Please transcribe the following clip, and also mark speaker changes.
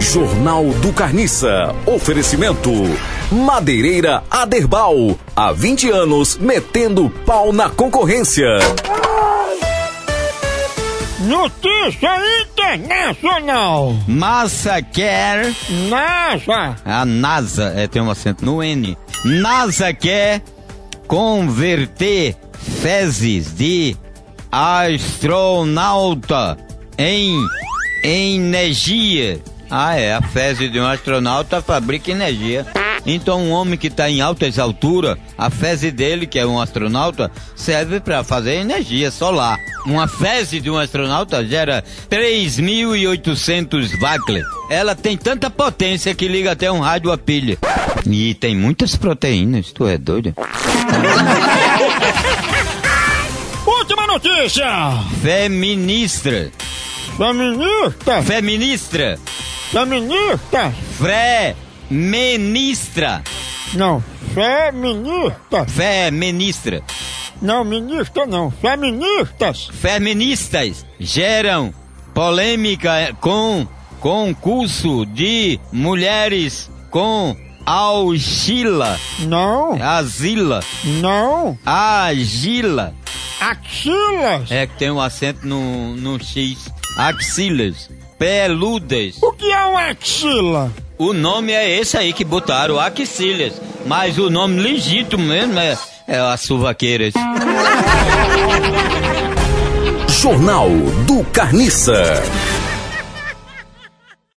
Speaker 1: Jornal do Carniça. Oferecimento. Madeireira Aderbal. Há 20 anos metendo pau na concorrência.
Speaker 2: Notícia internacional!
Speaker 3: Massa quer.
Speaker 2: NASA!
Speaker 3: A NASA, é, tem um acento no N. NASA quer converter fezes de astronauta em energia. Ah, é, a fezes de um astronauta fabrica energia. Então, um homem que está em altas alturas, a fezes dele, que é um astronauta, serve para fazer energia solar. Uma fezes de um astronauta gera 3.800 vacles. Ela tem tanta potência que liga até um rádio a pilha. E tem muitas proteínas, tu é doido?
Speaker 2: Última notícia!
Speaker 3: Feministra.
Speaker 2: Feminista!
Speaker 3: Feministra.
Speaker 2: Feminista!
Speaker 3: Fre. Ministra.
Speaker 2: Não, feminista!
Speaker 3: Fé ministra.
Speaker 2: Não, ministra não, feministas!
Speaker 3: Feministas geram polêmica com concurso de mulheres com auxila,
Speaker 2: Não,
Speaker 3: asila,
Speaker 2: não,
Speaker 3: agila.
Speaker 2: axilas!
Speaker 3: É que tem um acento no, no X. Axilas, peludas.
Speaker 2: O que é uma axila?
Speaker 3: O nome é esse aí que botaram, axilas. Mas o nome legítimo mesmo é, é as suvaqueiras.
Speaker 1: Jornal do Carniça.